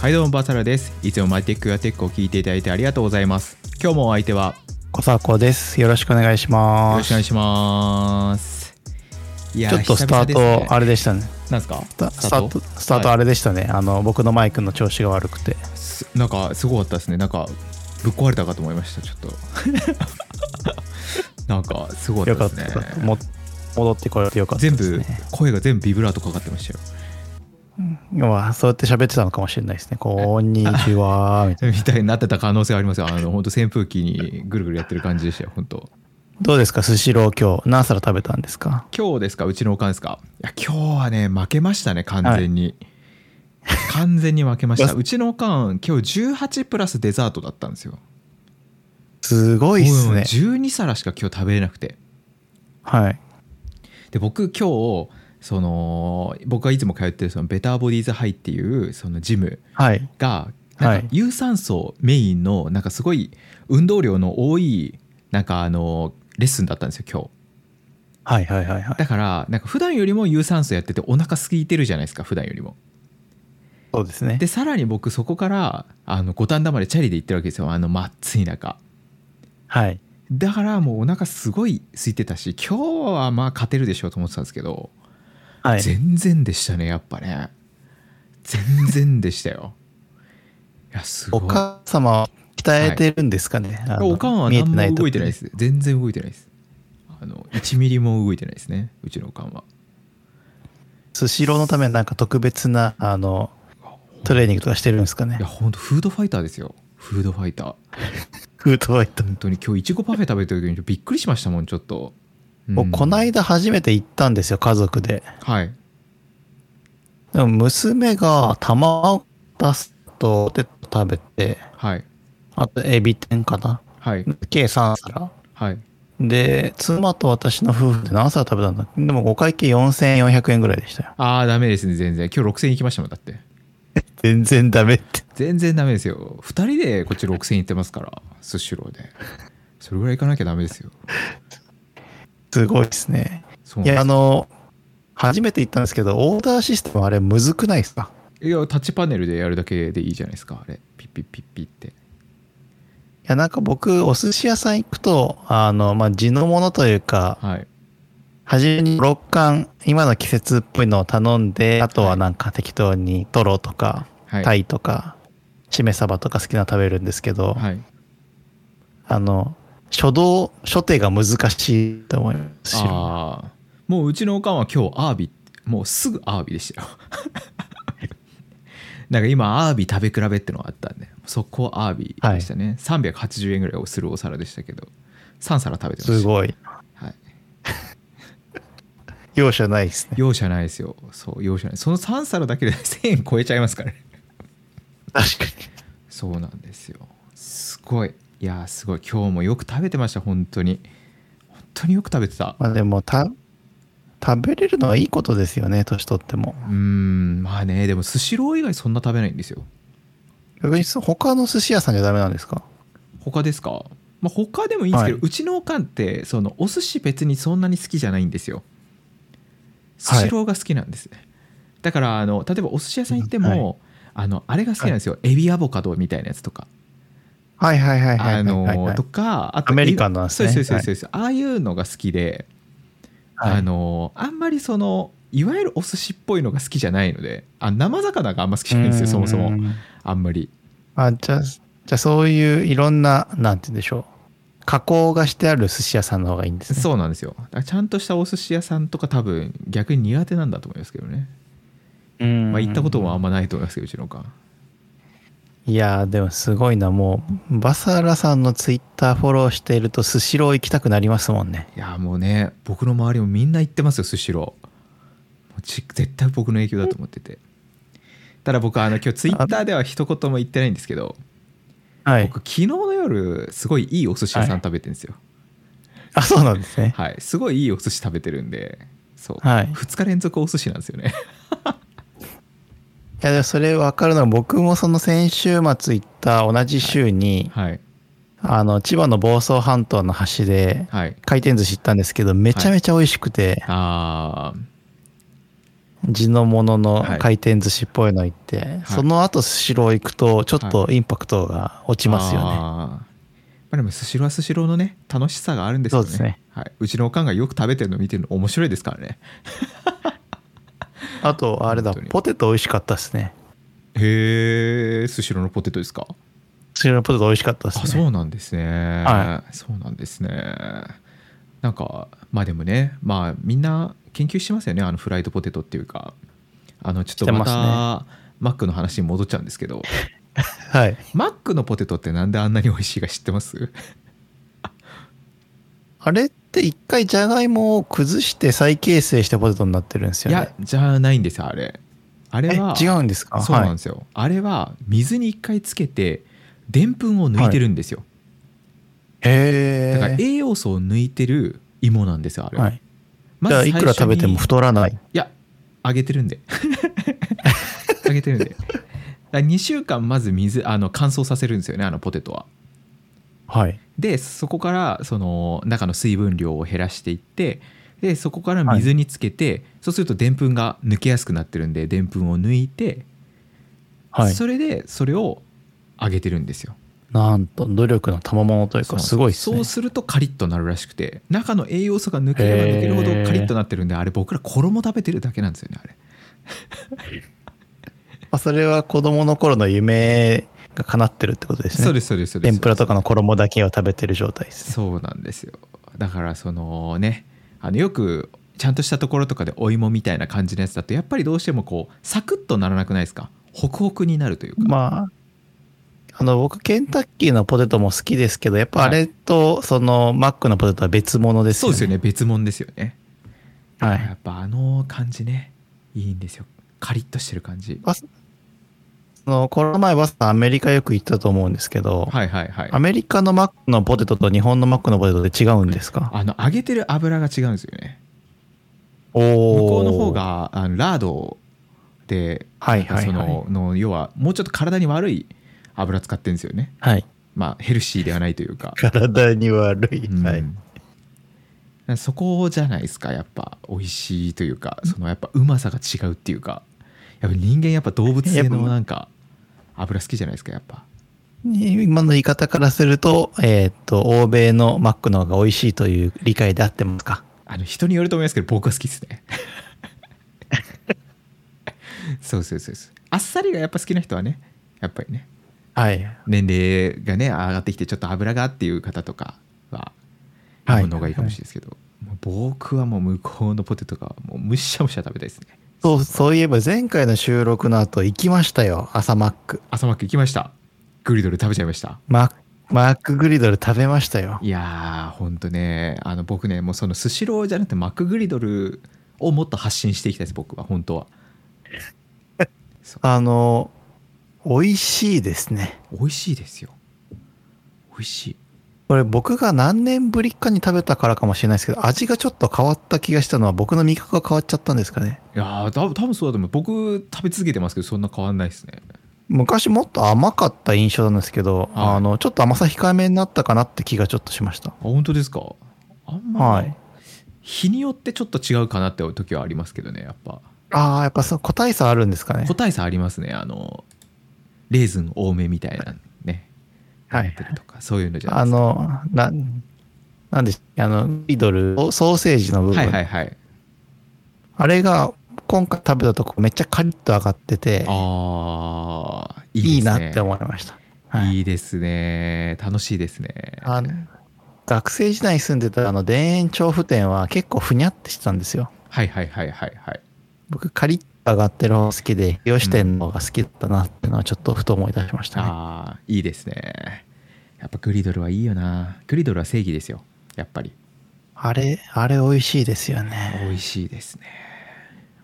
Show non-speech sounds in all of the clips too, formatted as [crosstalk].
はいどうもバサラですいつもマイテックやテックを聞いていただいてありがとうございます今日もお相手は小坂です。よろしくお願いしよまろしくお願いす。しますいやちょっとスタートああれでしたね。なんですかたスタートスタートはあれでしたね。あの僕のマイクの調子が悪くて。いすなんかすごかったですねなんかぶっ壊れたかと思いましたちょっと [laughs] なんかすごかよったかでっすたねよかった。も戻ってこれてよかった全です部ね。声が全部ビブラートかかってましたよ要はそうやって喋ってたのかもしれないですね。こんにちは [laughs] みたいな。みたいになってた可能性はありますよあの本当扇風機にぐるぐるやってる感じでしたよ本当どうですかスシロー今日何皿食べたんですか。今日ですかうちのおかんですかいや今日はね負けましたね完全に、完全に負けま [laughs] したうちのおかん今日18プラスデザートだったんですよすごいっすもうね。 12皿しか今日食べれなくてはいで僕今日その僕がいつも通ってるそのベターボディーズハイっていうそのジムはいがなんはかい有酸素メインのなんかすごい運動量の多いなんかあのレッスンだったんですよ今日はいはいはいはい。だからなんか普段よりも有酸素やっててお腹空いてるじゃないですか普段よりもそうですねで。さらに僕そこからあの五反田までチャリで行ってるわけですよあのまっつい中はいだからもうお腹すごい空いてたし今日はまあ勝てるでしょうと思ってたんですけど、はい。全然でしたねやっぱね全然でしたよ [laughs] いやすごおい母様は鍛えてるんですかね。あのおかんは見え何もと動いてないです全然動いてないですあの1ミリも動いてないですねうちのおかんはスシローのためになんか特別なあのトレーニングとかしてるんですかねいや本当フードファイターですよフードファイターフードファイト、本当に今日いちごパフェ食べてる時にびっくりしましたもんちょっと、うん僕こないだ初めて行ったんですよ家族ではいでも娘が玉を出すとポテト食べてはいあとエビ天かなはい計3皿はいで妻と私の夫婦で何皿食べたんだっけでもお会計4400円ぐらいでしたよああダメですね全然今日6000いきましたもんだって全然ダメって全然ダメですよ2人でこっち6000いってますからスシローでそれぐらい行かなきゃダメですよすごいですねそういやあの初めて行ったんですけどオーダーシステムあれむずくないですかいやタッチパネルでやるだけでいいじゃないですかあれピッピッピッピッっていや、なんか僕、お寿司屋さん行くと、あの、まあ、地のものというか、はい初めに六貫、今の季節っぽいのを頼んで、あとははいなんか適当にトロとか、はいタイとか、しめ鯖とか好きなの食べるんですけど、はいあの、初動、初手が難しいと思います。ああもううちのおかんは今日アワビもうすぐアワビでしたよ [laughs] なんか今アワビ食べ比べってのがあったんでそこアワビでしたね、380円ぐらいするお皿でしたけど3皿食べてましたすごい。はい、容赦ないですね。容赦ないですよそう容赦ないその3皿だけで [laughs] 1000円超えちゃいますからね確かに。そうなんですよすごいいやーすごい今日もよく食べてました本当に本当によく食べてたまあでも、た、食べれるのはいいことですよね、年取っても。うーんまあねでもスシロー以外そんな食べないんですよ逆に、他の寿司屋さんじゃダメなんですか他ですか、まあ、他でもいいんですけど、はいうちのおかんってそのお寿司別にそんなに好きじゃないんですよスはいシローが好きなんですね、だからあの例えばお寿司屋さん行っても、はいあのあれが好きなんですよ、エビアボカドみたいなやつとか、はいはいはいはいはいはい、はい。あのとかあとアメリカンなんですねそうそうそうそう、ああいうのが好きで、はいあのあんまりそのいわゆるお寿司っぽいのが好きじゃないのであ生魚があんま好きじゃないんですよそもそもうんあんまりあじゃあじゃあそういういろんななんて言うんでしょう加工がしてある寿司屋さんの方がいいんですねそうなんですよだからちゃんとしたお寿司屋さんとか多分逆に苦手なんだと思いますけどね、う、んまあ、行ったこともあんまないと思いますけどうちのおかんいやーでもすごいなもうバサラさんのツイッターフォローしているとスシロー行きたくなりますもんねいやもうね僕の周りもみんな行ってますよスシローもうち絶対僕の影響だと思っててただ僕はあの今日ツイッターでは一言も言ってないんですけどはい僕昨日の夜すごいいいお寿司屋さん食べてるんですよあそうなんですねはい、すごいいいお寿司食べてるんでそう、はいい2日連続お寿司なんですよねやでもそれ分かるのは僕もその先週末行った同じ週に、はいあの千葉の房総半島の端で [laughs] はい回転寿司行ったんですけどめちゃめちゃ美味しくて、あ地のもののはい回転寿司っぽいの行って、その後スシロー行くとちょっとインパクトが落ちますよね、あーまあ、でもスシローはスシローのね楽しさがあるんですよねそうですねはい、うちのおかんがよく食べてるの見てるの面白いですからねあとあれだ本当にポテト美味しかったですねへえスシローのポテトですかスシローのポテト美味しかったであすそねうなんですね、はそうなんですねなんかまあでもねまあみんな研究してますよねあのフライドポテトっていうかあのちょっとましてたまマックの話に戻っちゃうんですけど [laughs] はいマックのポテトってなんであんなに美味しいか知ってますあれって一回じゃがいもを崩して再形成してポテトになってるんですいよねやじゃないんですよあれあれはえ違うんですかそうなんはいですよ、あれは水に一回つけてでんぷんを抜いてるんですよ、へだからえ栄養素を抜いてる芋なんですよあれは、はい、まじゃあずいくら食べても最初に太らないいやあげて [laughs] るんであげてるんでだから2週間まず水あの乾燥させるんですよねあのポテトははいでそこからその中の水分量を減らしていってでそこから水につけて、そうするとでんぷんが抜けやすくなってるんででんぷんを抜いて、はいそれでそれを揚げてるんですよなんと努力の賜物というそうかすごいですそねうするとカリッとなるらしくて中の栄養素が抜ければ抜けるほどカリッとなってるんであれ僕ら衣食べてるだけなんですよねあれまあそれは子供の頃の夢が叶ってるってことですね。そうですそうですそうです天ぷらとかの衣だけを食べてる状態ですね。そうなんですよだからそのねあのよくちゃんとしたところとかでお芋みたいな感じのやつだとやっぱりどうしてもこうサクッとならなくないですかホクホクになるというか、まあ、あの、僕、ケンタッキーのポテトも好きですけど、やっぱあれと、その、マックのポテトは別物ですそうよね。ですよね別物ですよね、はいや。っぱあの感じねいいんですよカリッとしてる感じバスその、この前、バスさんアメリカよく行ったと思うんですけど、はいはいはいアメリカのマックのポテトと日本のマックのポテトって違うんですかあの揚げてる油が違うんですよねお向ーこうの方、があのラードではいはいはいそのの要はもうちょっと体に悪い油使ってるんですよねはい。 [laughs] まあヘルシーではないというか体に悪い。うんはい。そこじゃないですかやっぱ美味しいというかそのやっぱうまさが違うっていうかやっぱ人間やっぱ動物性やっのぱなんか油好きじゃないですかやっぱ今の言い方からすると、えーっと、欧米のマックの方が美味しいという理解であってますかあの人によると思いますけど僕は好きです [laughs] ねそうそうそうそうあっさりがやっぱ好きな人はねやっぱりねはい。年齢がね上がってきてちょっと油がっていう方とかはは日い本の方がいいかもしれないですけど、もう僕はもう向こうのポテトがもうむしゃむしゃ食べたいですねそう、そういえば前回の収録の後行きましたよ、朝マック。朝マック行きましたグリドル食べちゃいましたマック、マックグリドル食べましたよ。いやーほんとねあの僕ねもうそのスシローじゃなくてマックグリドルをもっと発信していきたいです僕は本当はあの、美味しいですね。美味しいですよ美味しいこれ僕が何年ぶりかに食べたからかもしれないですけど、味がちょっと変わった気がしたのは僕の味覚が変わっちゃったんですかね。いやー多分多分そうだと思う僕食べ続けてますけどそんな変わんないですね昔もっと甘かった印象なんですけど、はいあの、ちょっと甘さ控えめになったかなって気がちょっとしましたあ。本当ですかあんま、はい日によってちょっと違うかなって時はありますけどねやっぱああ、やっぱそう、個体差あるんですかね個。体差ありますねあのレーズン多めみたいなねはいやってるとかそういうのじゃないあですかの、な、なんでしあの、グリドル、ソソーセージの部分。はいはいはいあれが、今回食べたとこめっちゃカリッと上がってて、ああいいでいすなねって思いました。はいいいですね楽しいですねあの学生時代に住んでたあの田園調布店は結構ふにゃってしてたんですよ。はいはいはいはいはい僕カリッと上がってる方が好きで、吉店の方が好きだったなっていうのはちょっとふと思い出しましたね。ああいいですねやっぱグリドルはいいよなグリドルは正義ですよやっぱりあれ、あれ美味しいですよね。美味しいですね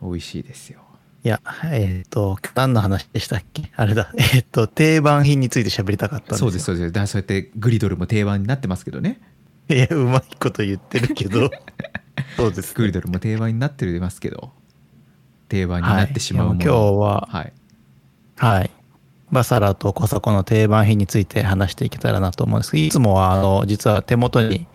美味しいですよいや、えっ、と、何の話でしたっけあれだ。えっ、と、定番品について喋りたかったんですよそうですそうですだからそうやってグリドルも定番になってますけどねいや、うまいこと言ってるけ [laughs] ど。そうです、グリドルも定番になってますけど定番になってしまうもはいいやの今日は、はいはい。バサラとコサコの定番品について話していけたらなと思うんですけど、いつもは、あの、実は手元に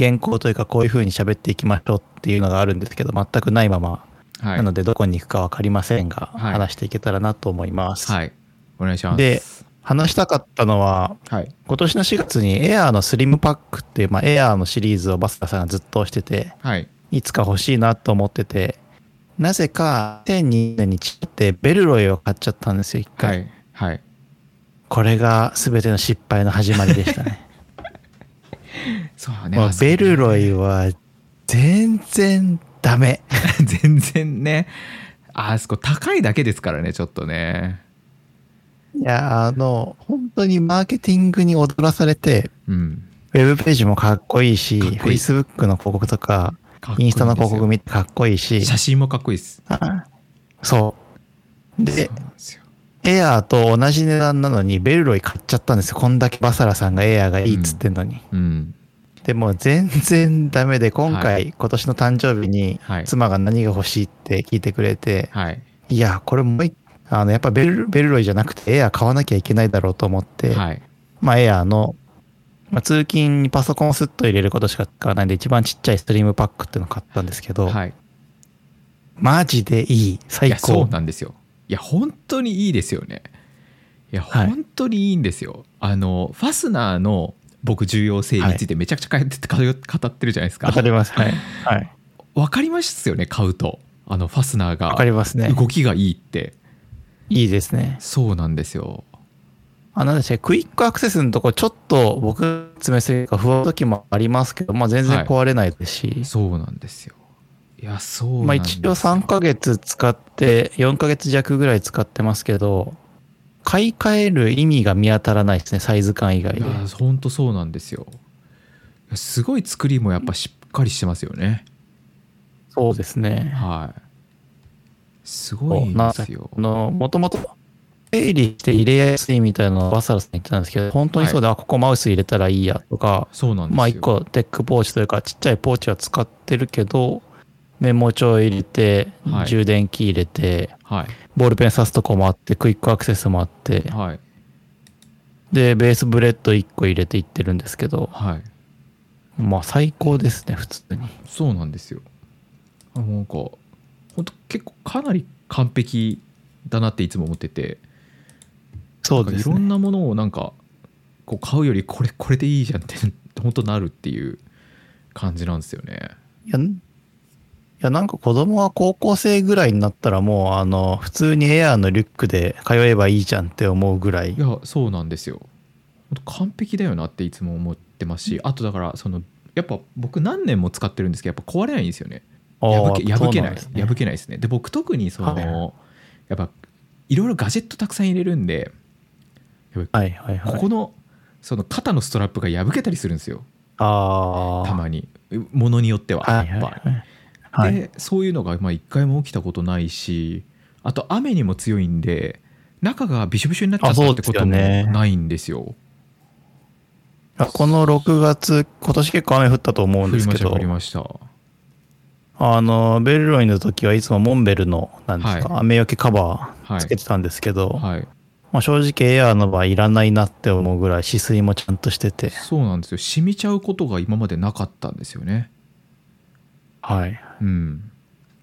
原稿というか、こういう風に喋っていきましょうっていうのがあるんですけど、全くないまま、はいなのでどこに行くか分かりませんが、はい話していけたらなと思います、はいお願いしますで話したかったのははい今年の4月にエアーのスリムパックっていう、まあ、エアーのシリーズをバスタさんがずっとしててはいいつか欲しいなと思っててなぜか2002年にちってベルロイを買っちゃったんですよ一は回、いはいこれが全ての失敗の始まりでしたね [laughs] そうねもうあそこねベルロイは全然ダメ [laughs] 全然ねあそこ高いだけですからねちょっとねいやあの本当にマーケティングに踊らされてうんウェブページもかっこいいしかっこいい Facebook の広告とかかっこいいイんでンすスタよの広告見てかっこいいし写真もかっこいいですあそうでそうなんですよエアーと同じ値段なのにベルロイ買っちゃったんですよこんだけバサラさんがエアーがいいっつってんのに、うんでも全然ダメで今回、は今年の誕生日にはい妻が何が欲しいって聞いてくれて、はいいや、これもうい、あの、やっぱベルベルロイじゃなくてエアー買わなきゃいけないだろうと思って、はいまあエアーの、まあ、通勤にパソコンをスッと入れることしか使わないんで、一番ちっちゃいストリームパックっていうのを買ったんですけど、はいマジでいい、い最やそう高。なんですよいや本当にいいですよねいやはい本当にいいんですよ、あのファスナーの僕重要性についてめちゃくちゃ通って語ってるじゃないですかわかります。はい。はい。わかりますよね買うとあのファスナーわかがりますね。動きがいいっていいですね。そうなんですよあ、なんでしたっけクイックアクセスのとこ、ちょっと僕が説明するか不安な時もありますけど、まあ全然はい壊れないですし、そうなんですよいやそうなまあんです一応3ヶ月使って、4ヶ月弱ぐらい使ってますけど、買い替える意味が見当たらないですね、サイズ感以外いで。や本当そうなんですよいやすごい作りもやっぱしっかりしてますよねそうですね。はいすごいんですよあの、もともと、整理して入れやすいみたいなのをバサラさん言ってたんですけど、本当にそうで、あ、ここマウス入れたらいいやとか、そうなんですよまあ一個テックポーチというか、ちっちゃいポーチは使ってるけど、メモ帳入れては、い充電器入れて、はいボールペン挿すとこもあって、クイックアクセスもあって、はいで、ベースブレッド1個入れていってるんですけど、はいまあ最高ですね、普通に。そうなんですよあなんかほんと結構かなり完璧だなっていつも思っててそなんうかでいすろんね。なものをなんかこう買うよりこれこれでいいじゃんって本当なるっていう感じなんですよねいや、いやなんか子供は高校生ぐらいになったらもう、あの、普通にエアーのリュックで通えばいいじゃんって思うぐらいい。やそうなんですよほんと完璧だよなっていつも思ってますしあとだからそのやっぱ僕何年も使ってるんですけどやっぱ壊れないんですよね破けああ破けないそですうなん破ですねけないですねで僕特にその、はやっぱいろいろガジェットたくさん入れるんではいはいはい。ここのその肩のストラップが破けたりするんですよああ。たまにものによってはやはっいぱ、はいはい。はい。でそういうのがまあ一回も起きたことないしあと雨にも強いんで中がびしょびしょになっちゃっあたっそうてでこすとよもねないんですよ。あこの6月、今年結構雨降ったと思う降んでりすまけしたど降、りました。あの、ベルロイの時はいつもモンベルの、なんですか、は雨よけカバはーつけい、てたんですけど、はい、まあ、正直エアーの場合いらないなって思うぐらい止水もちゃんとしてて、そうなんですよ染みちゃうことが今までなかったんですよね。はい。うん、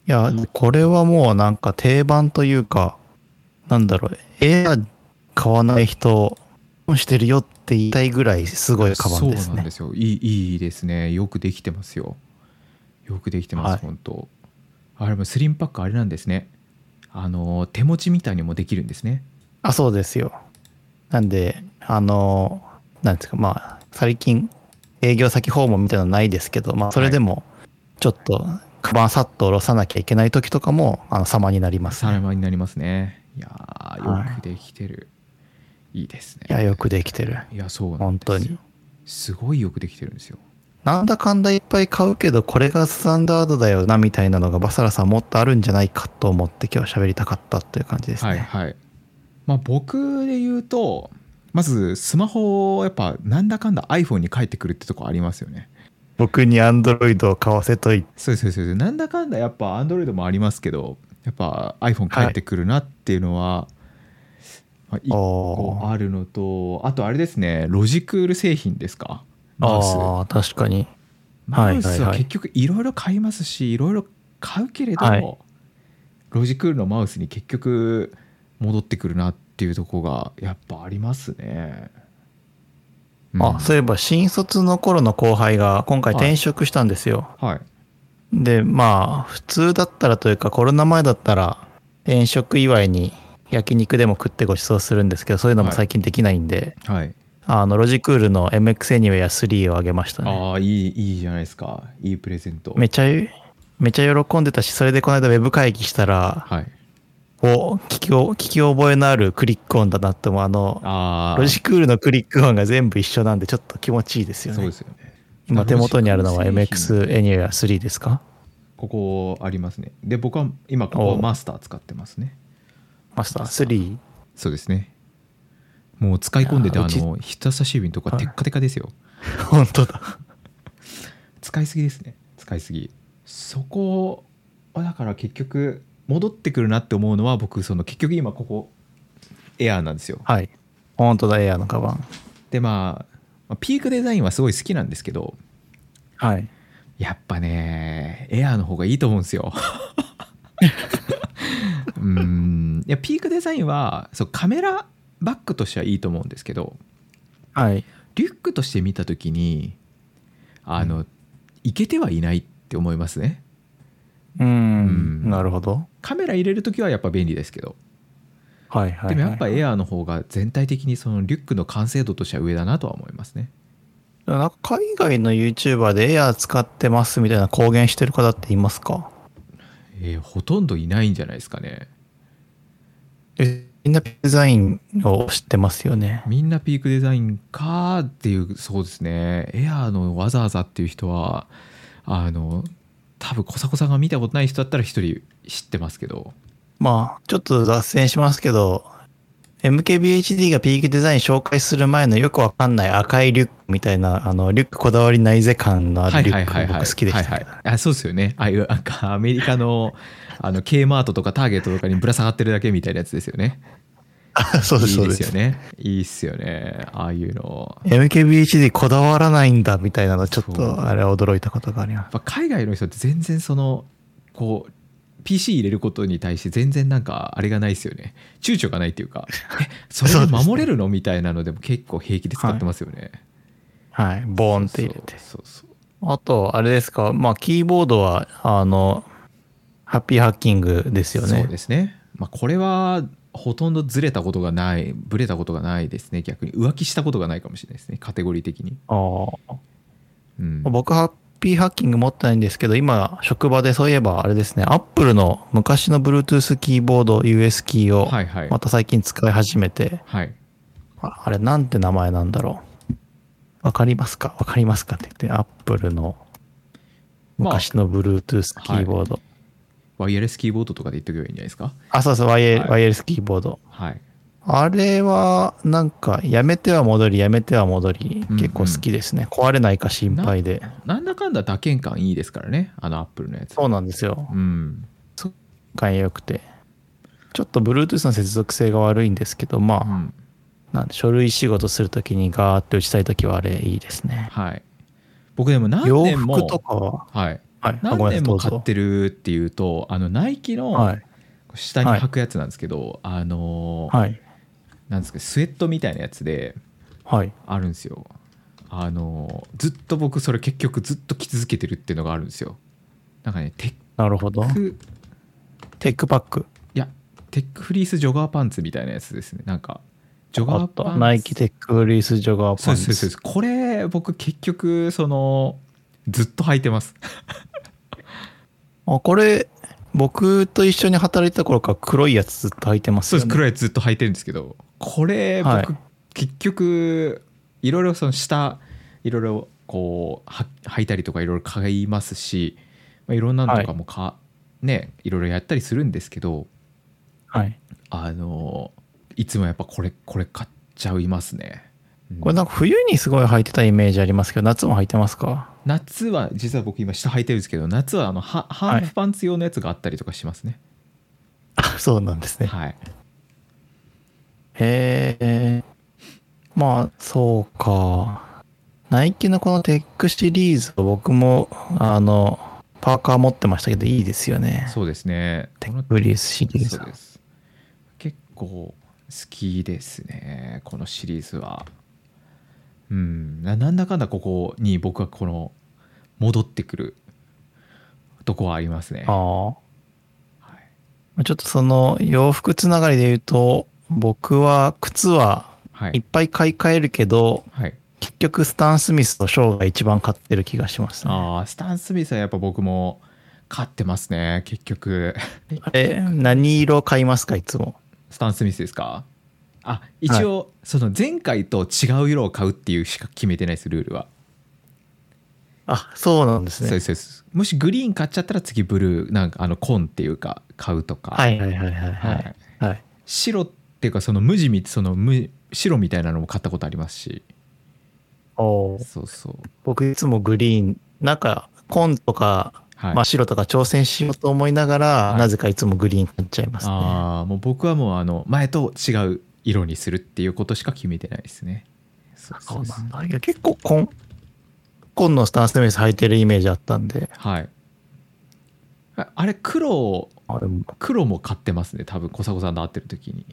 いや、これはもうなんか定番というか、なんだろう、エア買わない人、してるよって言いたいぐらいすごいカバンですそうなんねで。すよいいいいですねよくできてますよよくできてます、はい本当あれもスリムパックあれなんですねあの手持ちみたいにもできるんですねあ、そうですよ。なんで、あの、なんですか、まあ、最近営業先訪問みたいなのないですけど、まあ、それでも、ちょっと、カバンさっと下ろさなきゃいけない時とかも、あの、様になります、サラね。マになりますねいやーはいよくできてる、い、いですねいや、よくできてる。いやそうなん本ですよ当に。すごいよくできてるんですよなんだかんだいっぱい買うけど、これがスタンダードだよな、みたいなのが、バサラさんもっとあるんじゃないかと思って今日喋りたかったという感じですね。はいはいまあ僕で言うとまずスマホをやっぱなんだかんだ iPhone に返ってくるってとこありますよね僕にアンドロイドを買わせといて。そうですそうですそうですなんだかんだやっぱアンドロイドもありますけどやっぱ iPhone 返ってくるなっていうのは、まあ、一個あーあるのとあとあれですねロジクール製品ですかマウスあー、確かに。はマいはいはいウスは結局いろいろ買いますしいろいろ買うけれども、はいロジクールのマウスに結局戻ってくるなっていうとこがやっぱありますね。うんあ、そういえば新卒の頃の後輩が今回転職したんですよ。はい。で、まあ、普通だったらというかコロナ前だったら転職祝いに焼肉でも食ってご馳走するんですけど、そういうのも最近できないんで、はい。あの、ロジクールの MX エニウェア3をあげましたね。ああ、いい、いいじゃないですか。いいプレゼント。めちゃ、めちゃ喜んでたし、それでこの間ウェブ会議したら、はい。お、聞きお、聞き覚えのあるクリック音だなっても、あの、ああ、ロジクールのクリック音が全部一緒なんで、ちょっと気持ちいいですよそうねで。すよね。今手元にあるのはロジクール製 MX エニュア3ですかここありますね。で、僕は今ここおマスター使ってますね。マスター3。 [laughs] そうですね。もう使い込んでて、いやあうちの、人差し指のとかはいテッカテカですよ。本当だ。使いすぎですね。使いすぎ。そこはだから結局、戻ってくるなって思うのは、僕、その結局今ここ、エアーなんですよ。はい。本当だ、エアーのカバン。で、まあ、まあピークデザインはすごい好きなんですけど、はい。やっぱね、エアーの方がいいと思うんですよ。 [laughs] うーんいやピークデザインはそうカメラバッグとしてはいいと思うんですけどはい。リュックとして見た時にあの、いけてはいないって思いますねうーんん。なるほど。カメラ入れる時はやっぱ便利ですけどはいはい、はい。でもやっぱエアーの方が全体的にそのリュックの完成度としては上だなとは思いますねなんか海外の YouTuber でエアー使ってますみたいな公言してる方っていますかえーほとんどいないんじゃないですかねえみんなデザインを知ってますよね。みんなピークデザインかーっていうそうですねエアーのわざわざっていう人はあの多分コサコさんが見たことない人だったら一人知ってますけどまあ、ちょっと脱線しますけど、MKBHD がピークデザイン紹介する前のよくわかんない赤いリュックみたいな、あの、リュックこだわりないぜ感のあるリュック僕好きでしたはいけはいはいあそうですよねああいうなんかアメリカ [laughs] のあの K マートとかターゲットとかにぶら下がってるだけみたいなやつですよねど。 [laughs] そうです、いそいうでですよす。ねいいっすよねああいうの MKBHD こだわらないんだみたいなの、ちょっそうとあれは驚いたことがありまやっぱ海外の人って全然そのこう PC 入れることに対して全然なんかあれがないですよね躊躇がないっていう [laughs] かえそれで守れるのみたいなのでも結構平気で使ってますよね、す。はい。ボーンってそう入れて。そうそうあと、あれですか、まあ、キーボードは、あの、ハッピーハッキングですよそうねで。すね、まあ、これはほとんどずれたことがないブレたことがないですね逆に浮気したことがないかもしれないですねカテゴリー的に、ああ。うん、僕ハッピーハッキング持ってないんですけど、今、職場でそういえばあれですね、アップルの昔の Bluetooth キーボード US キーをはいはいまた最近使い始めて、はいああれなんて名前なんだろう。わかりますかわかりますかって言って、アップルのまあ昔の Bluetooth キーボード。ワイヤレスキーボードとかで言っとけばいいんじゃないですかあ、そうそう、ワイヤはいワイヤレスキーボード。はいあれは、なんか、やめては戻り、やめては戻り、うんうん結構好きですね。壊れないか心配で。なんだかんだ打鍵感いいですからねあのアップルのやつそうなんですよ。うん感良くて。ちょっと Bluetooth の接続性が悪いんですけど、うまあ、んなんで書類仕事するときにガーって打ちたいときはあれいいですね。はい。僕でも何洋年も服とかは、はい、はい、あ何ごめ年んなさいどもうぞ買ってるっていうとあのナイキはのい、下に履くやつなんですけど、あのーはい、なんですかスウェットみたいなやつではい。あるんですよ。あのーずっと僕それ結局ずっと着続けてるっていうのがあるんですよ。なんかねテなるほどッ。クテックパック。いやテックフリースジョガーパンツみたいなやつですねなんかジョあガーっパンた。ツナイキテックリースジョガーそパうンですツ。そうですこれ僕結局そのずっと履いてますあ、これ、僕と一緒に働いてた頃から黒いやつずっと履いてますそうよでね。す黒いやつずっと履いてるんですけどこれ僕、はい結局いろいろその下いろいろこうは履いたりとかいろいろ買いますし、まあ、いろんなのとかもか、ねいろいろやったりするんですけどはい。あのいつもやっぱこれこれ買っちゃいますね、うんこれなんか冬にすごい履いてたイメージありますけど、夏も履いてますか夏は実は僕今下履いてるんですけど夏はあのハハーフパンツ用のやつがあったりとかしますねあそうなんですね。はいへえ。まあ、そうか。ナイキのこのテックシリーズを僕も、あの、パーカー持ってましたけど、いいですよね。そうですね。テックリスシリーズそうです。結構好きですね、このシリーズは。うん、ななんだかんだここに僕はこの戻ってくるとこはありますね。ああは。まあちょっとその洋服つながりで言うと、僕は靴はいはいっい。ぱい買い替えるけど、はい、結局スタン・スミスとショーが一番買ってる気がしますね。ああ、スタン・スミスはやっぱ僕も勝ってますね、結局。 [laughs] え、何色買いますかいつも。スタン・スミスですかあ一応、その前回と違う色を買うっていうしか決めてないですルールは、あ、そうなんですそうでね。すそうですもしグリーン買っちゃったら次ブルーなんかあの紺っていうか買うとかはいはいはいはいははいい。はい。白っていうかその無地みその無白みたいなのも買ったことありますしおーそうそう僕いつもグリーン、なんか、紺とか、はい、真っ白とか挑戦しようと思いながら、はいなぜかいつもグリーン買っちゃいますね。ああもう僕はもうあの前と違う色にするっていうことしか決めてないですねそうそそううなそうんだ。いや、結構紺、紺のスタン・スミス履いてるイメージあったんで、はいああれ黒あでも黒も買ってますね多分小佐子さんと会ってる時に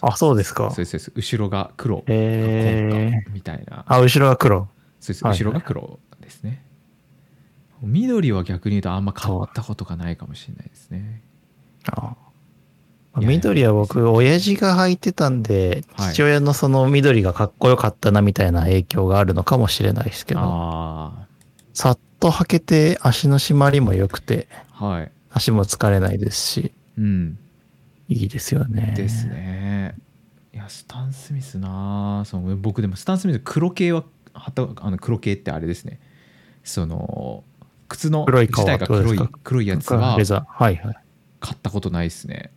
あ、そうですかそう。ですそうです後ろが黒えー、みたいなあ、後ろは黒。そうですはい後ろが黒ですね緑は逆に言うとあんま買ったことがないかもしれないですねあいや緑は僕、親父が履いてたんで、はい父親のその緑がかっこよかったなみたいな影響があるのかもしれないですけど、あさっと履けて足の締まりも良くて、あはい足も疲れないですし、うんいいですよね。です。ねいやスタン・スミスなあその僕でもスタン・スミス黒系ははたあの黒系ってあれですねその靴の黒い自革体が黒いどうです黒いやつはレザー。はいはい。買ったことないですね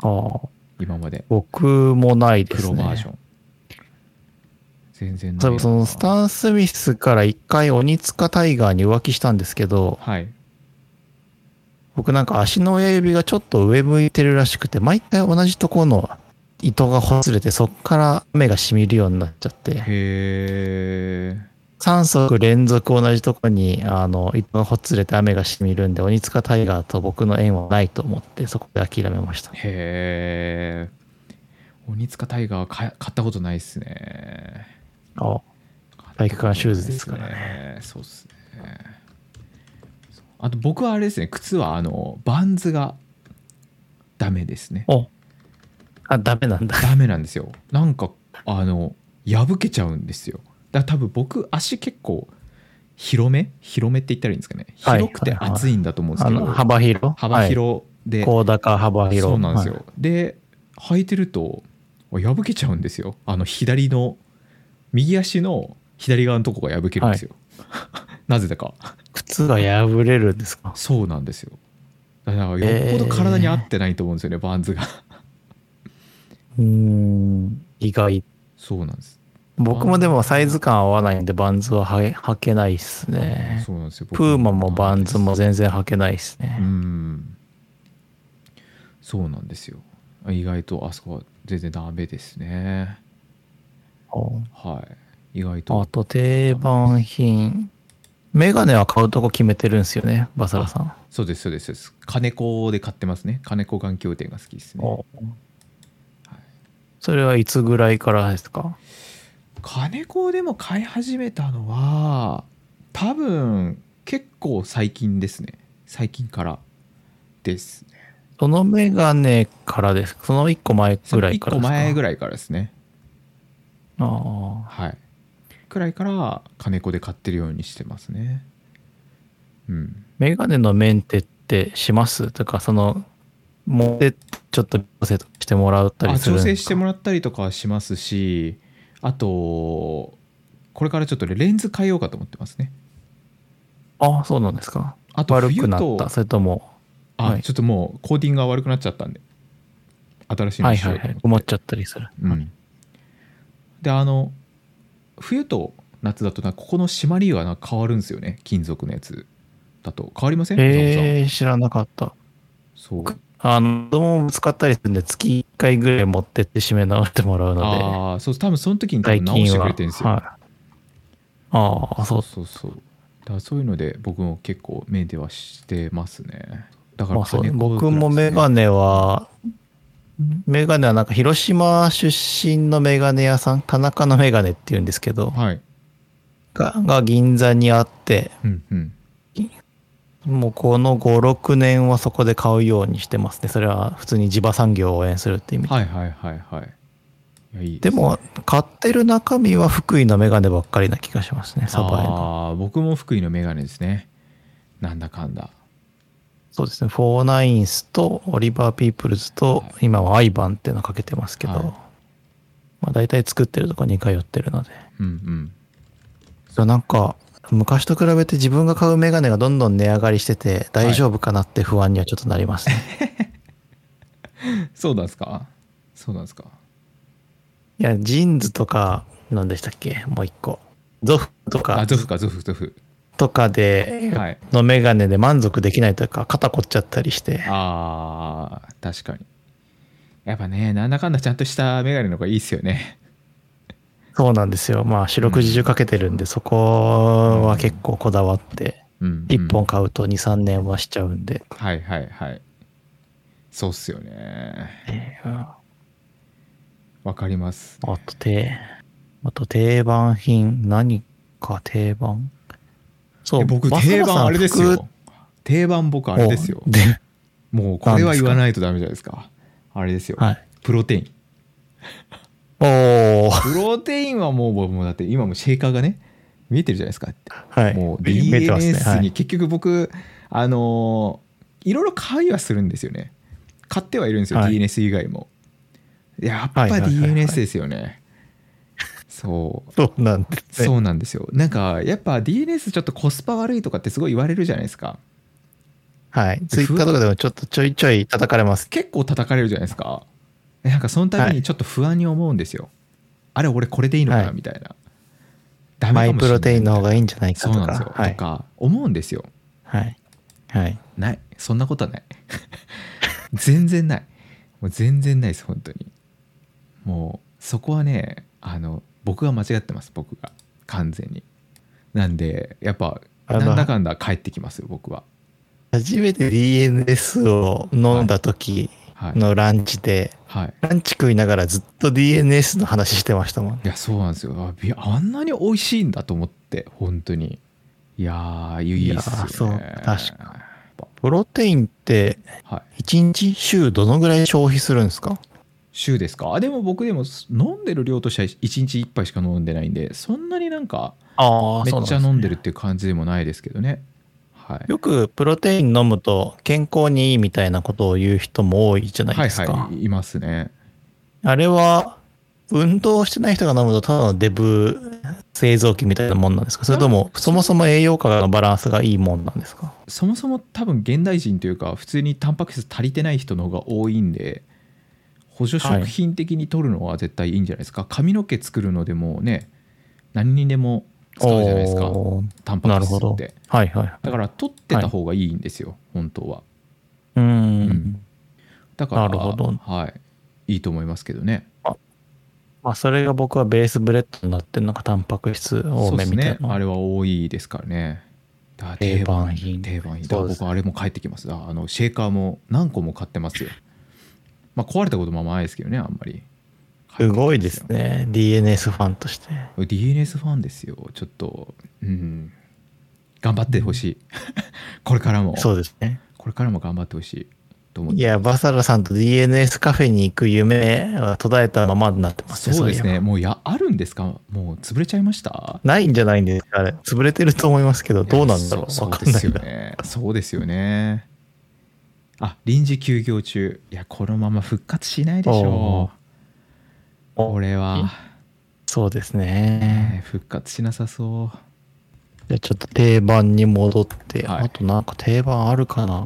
ああ今まで僕もないですね。黒バージョン、全然ない多分そのスタン・スミスから一回鬼塚タイガーに浮気したんですけど、はい僕なんか足の親指がちょっと上向いてるらしくて、毎回同じところの糸がほつれて、そっから目が染みるようになっちゃって、へえ3足連続同じところに、あの、糸がほつれて雨が染みるんで、鬼塚タイガーと僕の縁はないと思って、そこで諦めました。へえ鬼塚タイガーは買買ったことないっすねあ体育館シューズですからねそうっすねそうあと僕はあれですね靴はあのバンズがダメですねおあ、ダメなんだ。ダメなんですよなんかあの破けちゃうんですよだから多分僕足結構広め広めって言ったらいいんですかねはい広くて厚いんだと思うんですあけど、の、幅広幅広で、はい高高幅広。そうなんですよ、はいで履いてると破けちゃうんですよあの左の右足の左側のとこが破けるんですよ、 [laughs] なぜだか靴が破れるんですかそうなんですよだからよっぽど体に合ってないと思うんですよね、バンズがうーん、意外。そうなんです、僕もでもサイズ感合わないんで、バンズは履履けないっすね。そうなんですよ僕プーマもバンズも全然履けないですうね。んそうなんですよ意外とあそこは全然ダメですねはい意外とあと定番品。メガネは買うとこ決めてるんですよね、バサラさん。そうですそうですそうです金子で買ってますね金子眼鏡店が好きですねそれはいつぐらいからですか金子でも買い始めたのは多分結構最近ですね最近からですねそのメガネからですかその1個前ぐらいから1で個すか前ぐらい。らいからですねあはいくらいから金子で買ってるようにしてますねうんーメガネのメンテってしますとか、その、持ってちょっと調整してもらったりあするん調で整しすかてもらったりとかはしますしあとこれからちょっとレンズ変えようかと思ってますねあ、そうなんですか。あと悪冬くなっとた。それとも、あ、はいちょっともうコーティングが悪くなっちゃったんで新しいはのいにしはようとい思はっいて。困っちゃったりする。うん、であの冬と夏だとなここの締まりがな変わるんですよね金属のやつだと変わりませんえー、知らなかった。ザボさんそうあの、子供も使ったりするんで、月1回ぐらい持ってって締め直してもらうのああそう多分その時にで、多分最直し近てくは。はれいてるんですよ、。ああ、そう。そうそうからそういうので僕も結構目ではしてますねだからまあそうね、金子僕もぐらメいですねガネは、メガネはなんか広島出身のメガネ屋さん、田中のメガネっていうんですけど、はいがが銀座にあって、うんうんもうこの5、6年はそこで買うようにしてますね。それは普通に地場産業を応援するって意味で。はいはいはいはいいやいいですも、買ってる中身は福井のメガネばっかりな気がしますね、サバエの。ああ僕も福井のメガネですねなんだかんだそうですね、フォーナインスとオリバー・ピープルズと、はい今はアイバンっていうのかけてますけど、はいまあ大体作ってるとこに通ってるので。うんうんそうなんか昔と比べて自分が買うメガネがどんどん値上がりしてて大丈夫かなって不安にはちょっとなりますね、そうなんですかそうなんですかい、やジーンズとか何でしたっけもう一個ゾフとあかゾフかゾフゾフとかではいのメガネで満足できないというか肩凝っちゃったりしてあー確かにやっぱねなんだかんだちゃんとしたメガネの方がいいっすよねそうなんですよまあ四六時中かけてるんでそこは結構こだわってうん、うん、 1本買うと23年はしちゃうんで、はいはいはいそうっすよねあわかりますとてあと定番品何か定番そえ僕マサ定ラさ番んあれです服よ定番僕あれですよおでもうこれは言わないとダメじゃないですかあれですよ、はい。プロテインおー。プロテインはもう僕もうだって今もシェイカーがね見えてるじゃないですかはい。もう見えてますね。は DNS にい。結局僕、あのーいろいろ買いはするんですよね買ってはいるんですよ、はい DNS 以外もやっぱはいはいはいはい DNS ですよねそうそうなんですね。そうなんですよなんかやっぱ DNS ちょっとコスパ悪いとかってすごい言われるじゃないですかはい。ツイッターとかでもちょっとちょいちょい叩かれます。結構叩かれるじゃないですかえなんかその度にちょっと不安に思うんですよ、あれ俺これでいいのかはないみたいな、ダマメイかもしプれないロテインの方がいいんじゃないかそとうか。なんですよ、はいと。か思うんですよはい。はい。ないそんなことはない [laughs] 全然ないもう全然ないです本当にもうそこはねあの僕が間違ってます僕が完全になんでやっぱあのなんだかんだ帰ってきますよ僕は初めて DNS を飲んだ時はい、のランチで、はい、ランチ食いながらずっと DNS の話してましたもん。いやそうなんですよあびあんなに美味しいんだと思って本当にいやーいいっいやーすそようね確プロテインってはい1日週どのぐらい消費するんですか週ですかあでも僕でも飲んでる量としては1日1杯しか飲んでないんでそんなになんかあめっちゃ飲んでるっていう感じでもないですけどね。はい。よくプロテイン飲むと健康にいいみたいなことを言う人も多いじゃないはいですか。はい、いますね。あれは運動してない人が飲むとただのデブ製造機みたいなもんなんですかそれともそもそも栄養価のバランスがいいもんなんですかそもそも多分現代人というか普通にタンパク質足りてない人の方が多いんで補助食品的に取るのは絶対いいんじゃないですか、髪の毛作るのでもね何にでも使うじゃないですかおータンパなクる質ほっどて。はいはい。だから取ってた方がいいんですよ、本当はうーんんだからなるほどはい、いいと思いますけどねまあ、それが僕はベースブレッドになってるのがタンパク質そ多うでめすみたいねな。あれは多いですからねだから定番品。定番品だかそらうです僕あれも帰ってきますだからあのシェーカーも何個も買ってますよまあ壊れたこともあんまないですけどねあんまりすごいですね。DNS ファンとして。 DNS ファンですよちょっとうん頑張ってほしい [laughs] これからもそうですね。これからも頑張ってほしいと思っいてや、バサラさんと DNS カフェに行く夢は途絶えたままになってますね。そうですいえねば。もうやあるんですかもう潰れちゃいましたないんじゃないんですかあれ。潰れてると思いますけど、どうなんだいろやう。そわうそかうんでなすいよな。ねそうですよねあ臨時休業中いやこのまま復活しないでしょうおーこれはそうですね。ね復活しなさそうじゃあちょっと定番に戻って、はいあとなんか定番あるかな。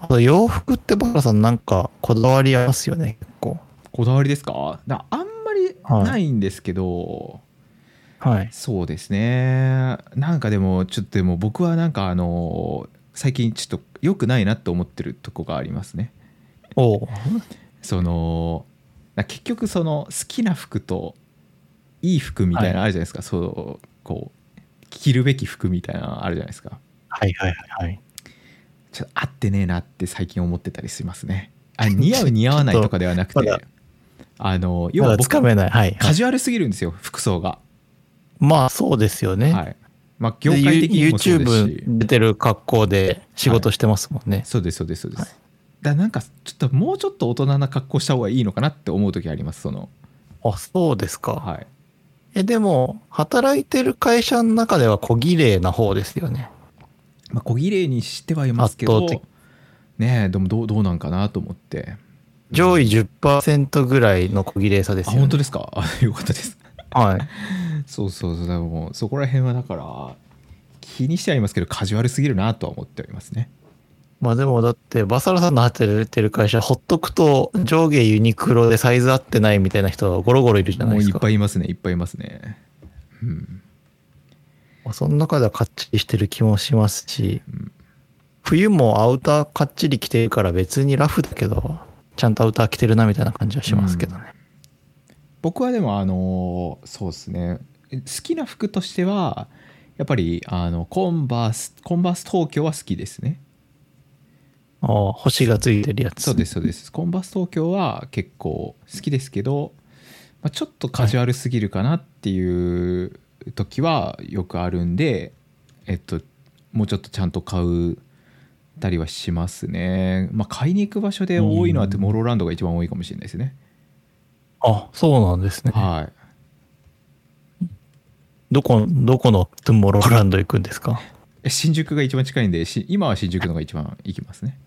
あと洋服ってバサラさんなんかこだわりありますよね、結構。こだわりですかだあんまりないんですけど、はい。そうですねなんかでもちょっとでも僕はなんかあの最近ちょっと良くないなって思ってるとこがありますねおうそのな結局その好きな服といい服みたいなのあるじゃないですか、そうこう着るべき服みたいなのあるじゃないですかはいはいはいはい。ちょっと合ってねえなって最近思ってたりしますね [laughs] あ似合う似合わないとかではなくちょってあの要まはだつ僕かめない。はい、はカい。ジュアルすぎるんですよ服装がまあそうですよね。はいまあ業で界的にもそうですし YouTube 出てる格好で仕事してますもんね。そうですそうですそうです、はいだからなんかちょっともうちょっと大人な格好した方がいいのかなって思う時ありますそのあ、そうですか。はいえ、でも、働いてる会社の中では小綺麗な方ですよね。まあ、小綺麗にしてはいますけど圧倒的ねえでもどうどうなんかなと思って上位うん10%ぐらいの小綺麗さですあよね。本当ですか [laughs] あよかったですはい。そうそうそうだからもうそこら辺はだから気にしてはいますけどカジュアルすぎるなとは思っておりますねまあでもだって、バサラさんの働いてる会社、ほっとくと上下ユニクロでサイズ合ってないみたいな人がゴロゴロいるじゃなもいうですいか。っぱいいますねいっぱいいますねうんその中ではかっちりしてる気もしますし、うん冬もアウターかっちり着てるから別にラフだけど、ちゃんとアウター着てるなみたいな感じはしますけどね。僕はでもあのそうですね好きな服としてはやっぱりあのコンバースコンバース東京は好きですねああ星がついてるやつ。そうですそうですコンバース東京は結構好きですけど、まあ、ちょっとカジュアルすぎるかなっていう時はよくあるんで、えっともうちょっとちゃんと買うたりはしますねまあ買いに行く場所で多いのはうんトゥモローランドが一番多いかもしれないですね、あ、そうなんですね。はいどこ、どこのトゥモローランド行くんですかえ新宿が一番近いんでし今は新宿のが一番行きますね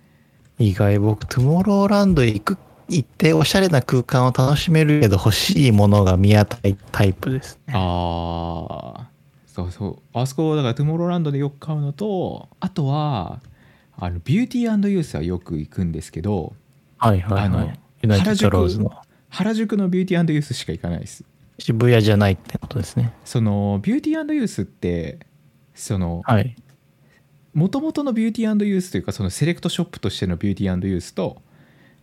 意外僕、トゥモローランド行く、行っておしゃれな空間を楽しめるけど欲しいものが見当たいタイプです。ああそうそうあそこだからトゥモローランドでよく買うのとあとはあのビューティーユースはよく行くんですけどはいはいはあのい。ユナイテッドローズの原宿のビューティーユースしか行かないです渋谷じゃないってことですね。そのビューティーユースってそのはい。元々のビューティーユースというかそのセレクトショップとしてのビューティーユースと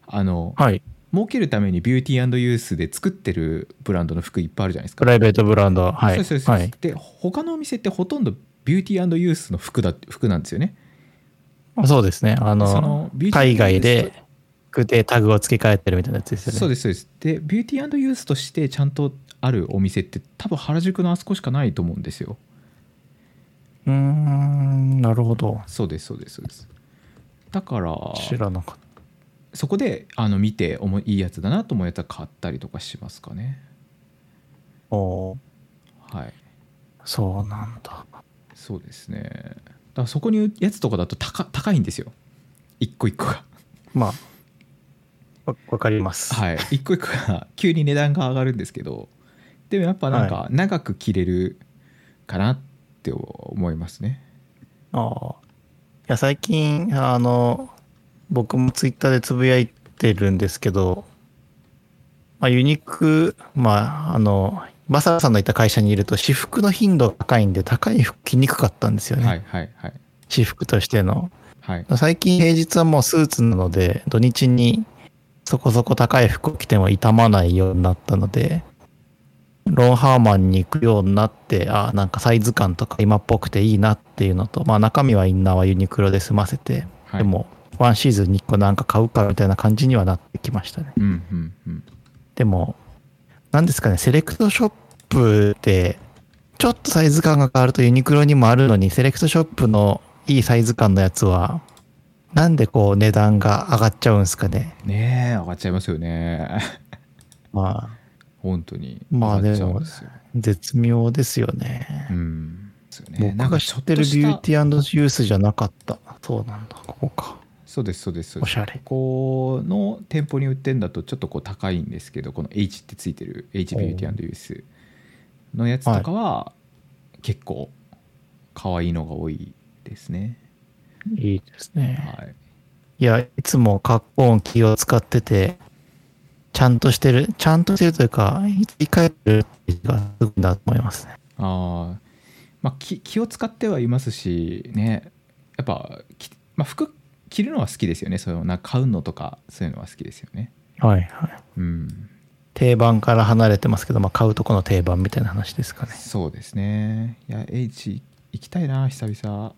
あのはい。儲けるためにビューティーユースで作ってるブランドの服いっぱいあるじゃないですプかライベートブランド。はい。そうそうそう、はい。で他のお店ってほとんどビューティーユースの服だ服なんですよねあそうですね。あその、のビューティー海外ユースで、でタグを付け替えてるみたいなやつですとよね。そうですそうですでビューティーユースとしてちゃんとあるお店って多分原宿のあそこしかないと思うんですようーん、なるほど。そうですそうですそうですだから知らなかった。そこであの見ておもいいやつだなと思うやつは買ったりとかしますかねおーはいそうなんだ。そうですねだからそこに売るやつとかだと高高いんですよ一個一個 [laughs] がまあ、わわかります。はい一個一個が急に値段が上がるんですけどでもやっぱなんか長く着れるかなって思いますね、ああ。いや、最近、あの、僕もツイッターでつぶやいてるんですけど、まあ、ユニク、まあ、あの、バサラさんのいた会社にいると、私服の頻度が高いんで、高い服着にくかったんですよね。はいはいはい私服としての。はい最近平日はもうスーツなので土日にそこそこ高い服を着ても傷まないようになったのでロンハーマンに行くようになってあなんかサイズ感とか今っぽくていいなっていうのとまあ中身はインナーはユニクロで済ませて、はいでもワンシーズンに1個なんか買うかみたいな感じにはなってきましたねうんうんうんでも何ですかねセレクトショップってちょっとサイズ感が変わるとユニクロにもあるのにセレクトショップのいいサイズ感のやつはなんでこう値段が上がっちゃうんですかねねえ上がっちゃいますよね [laughs] まあ本当にまあ上がでっもちゃうんですよ、絶妙ですよね、うんですよねなんか僕がち知ょっってとるしビューたティーユースじゃなかったそうなんだここかそうですそうですそうおですしゃれここの店舗に売ってんだとちょっとこう高いんですけどこの H ってついてる H ビューティーユースのやつとかは結構可愛いのが多いですねいいですねはいいやいつも格好音気を使っててちゃんとしてるちゃんとしてるというか言い換えてるっていうのがすごいなと思いますねああまあ気気を使ってはいますしねやっぱ、きまあ、服着るのは好きですよねそういうのなんか買うのとかそういうのは好きですよねはいはいうん定番から離れてますけど、まあ、買うとこの定番みたいな話ですかね。そうですねいや H 行きたいな久々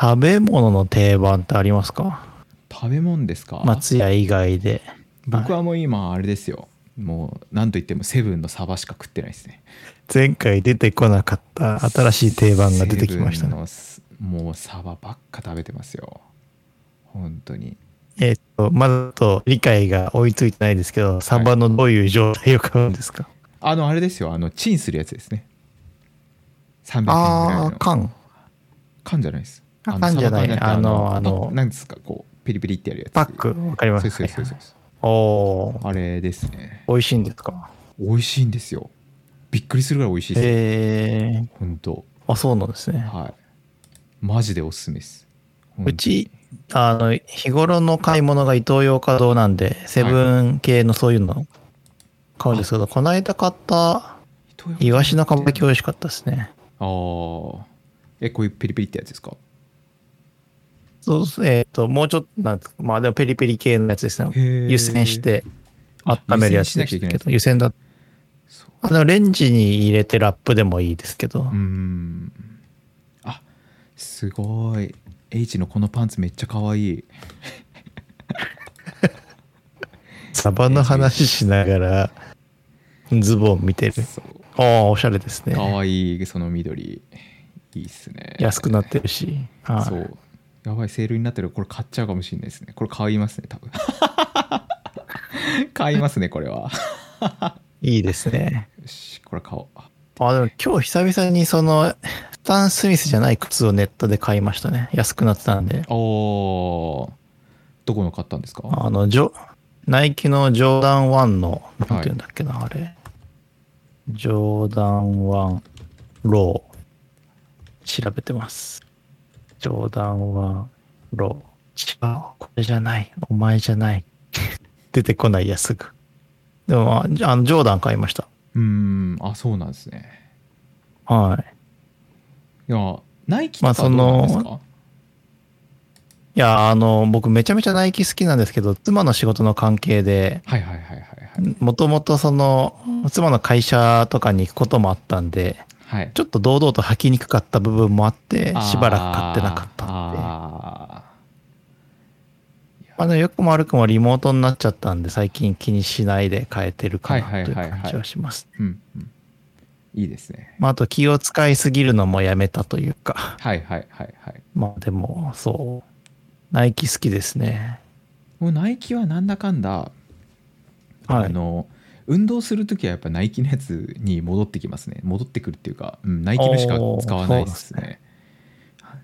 食べ物の定番ってありますか食べ物ですか、松屋以外で。僕はもう今あれですよもう何と言ってもセブンのサバしか食ってないですね前回出てこなかった新しい定番が出てきましたセブンね。のすもうサバばっか食べてますよ本当にえっと、まだちょっと理解が追いついてないですけど、サバのどういう状態を買うんですか、あのあれですよあのチンするやつですね300円ぐらいああのー、缶。缶じゃないですああの缶じゃないサバ缶ってあのあのなんですかこうピリピリってやるやつパック、わかりまそすうそうそうそうおおー、あれですね美味しいんですか美味しいんですよびっくりするぐらい美味しいですよえー、本当あ、そうなんですね。はいマジでおすすめです本当うにち、あの、日頃の買い物がイトーヨーカドーなんで、セブン系のそういうの買うんですけど、この間買ったイワシのかば焼き美味しかったですね。ああえこういうピリピリってやつですかそうですえっ、と、もうちょっと、なんですか、まあでもペリペリ系のやつですへね。ー湯煎してあ温めるやつ湯煎しなきゃですいけないけんですど、湯煎だ。そうあの、レンジに入れてラップでもいいですけど、うーんあすごい H のこのパンツめっちゃ可愛いサバの話しながら、ズボン見てる。そうああ、おしゃれですね。可愛いその緑いいっすね安くなってるし。はいそうやばいセールになってるこれ買っちゃうかもしれないですねこれ買いますね多分 [laughs] 買いますねこれはいいですね。よしこれ買おうあ、でも今日久々にその、スタン・スミスじゃない靴をネットで買いましたね。安くなってたんで。おーどこの買ったんですかあの、ジョ、ナイキのジョーダン1の、なんていうんだっけな、あれ。ジョーダン1ロー。調べてます。ジョーダン1ロー。違う、これじゃない。お前じゃない。 [laughs] 出てこないや、すぐ。でも、ああの、ジョーダン買いました。うーんあそうなんですねはい。いやナイキとまあかどうそなのんですか、いや、あの、僕めちゃめちゃナイキ好きなんですけど、妻の仕事の関係で、はいはいはいはいもともとその、妻の会社とかに行くこともあったんで、はいはいちょっと堂々と履きにくかった部分もあって、しばらく買ってなかったんで。あまあでも良くも悪くもリモートになっちゃったんで、最近気にしないで変えてるかはいはいなというはいはい感じはします。ーうんうんいいですねまああと気を使いすぎるのもやめたというか、 [laughs] はいはいはいはいまあでも、そう、ナイキ好きですね。もうナイキはなんだかんだ、はあい。の運動する時はやっぱナイキのやつに戻ってきますね戻ってくるっていうか、うん、ナイキのしか使わないですねはい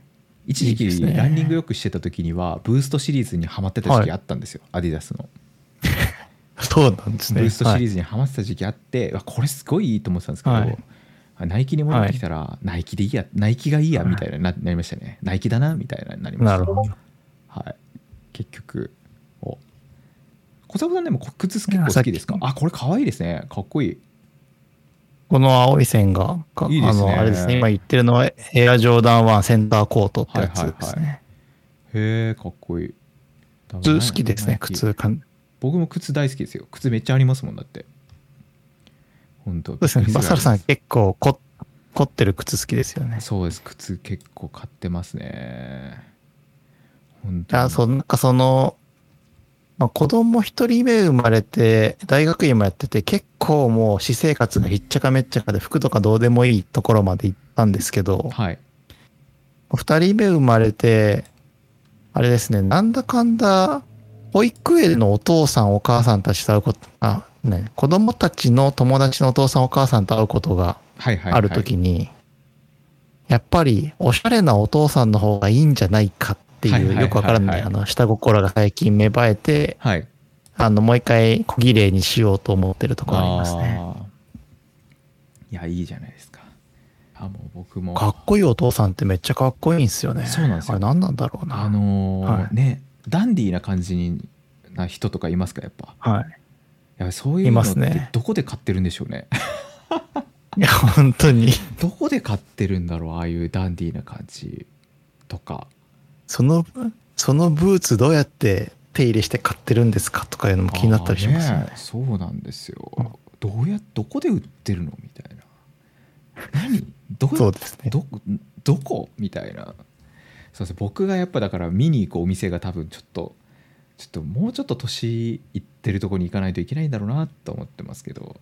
一時いい期ですねランニングよくしてた時にはブーストシリーズにハマってた時期あったんですよ、アディダスのそうなんですね。ブーストシリーズ。ーズにハマってた時期あって、わこれすごいいいと思ってたんですけど、はいあナイキに戻ってきたら、ナイキでいいやナイキがいいやみたいなななりましたねナイキだなみたいななりましなたるほど。はい、結局お小沢さんでもこ靴結構好きですかいやあこれ可愛いですねかっこいいこの青い線が、かいいであすねの、あれですね、今言ってるのはエアジョーダン1センターコートってやつですね。へえかっこいい靴好きですね、ナイキ靴。かん僕も靴大好きですよ靴めっちゃありますもんだって本当そうそうですね、バサルさん結構こ凝ってる靴好きですよね。そうです靴結構買ってますね本当にあそう、なんかその、まあ、子供一人目生まれて、大学院もやってて、結構もう私生活がひっちゃかめっちゃかで、服とかどうでもいいところまで行ったんですけど、はい二人目生まれて、あれですね、なんだかんだ、保育園のお父さんお母さんたちと会うこと、あ、ね、子供たちの友達のお父さんお母さんと会うことがはいはいはいある時に、やっぱりおしゃれなお父さんの方がいいんじゃないかってはいはいいはいうよくわからないはいあの下心が最近芽生えてはいあのもう一回小綺麗にしようと思ってるとこありますねあーいやいいじゃないですかあもう僕もかっこいいお父さんってめっちゃかっこいいんですよねそうなんですよあれ何なんだろうなあのーはいねダンディーな感じにな人とかいますかやっぱはいやっぱそういういのっますてねどこで買ってるんでしょうねいや本当にどこで買ってるんだろうああいうダンディーな感じとかそのそのブーツどうやって手入れして買ってるんですかとかいうのも気になったりしますよあーねそうなんですようんどうやどこで売ってるのみたいな何どうそうですねどどこみたいなそうですね僕がやっぱだから見に行くお店が多分ちょっとちょっともうちょっと年いってるとこに行かないといけないんだろうなと思ってますけど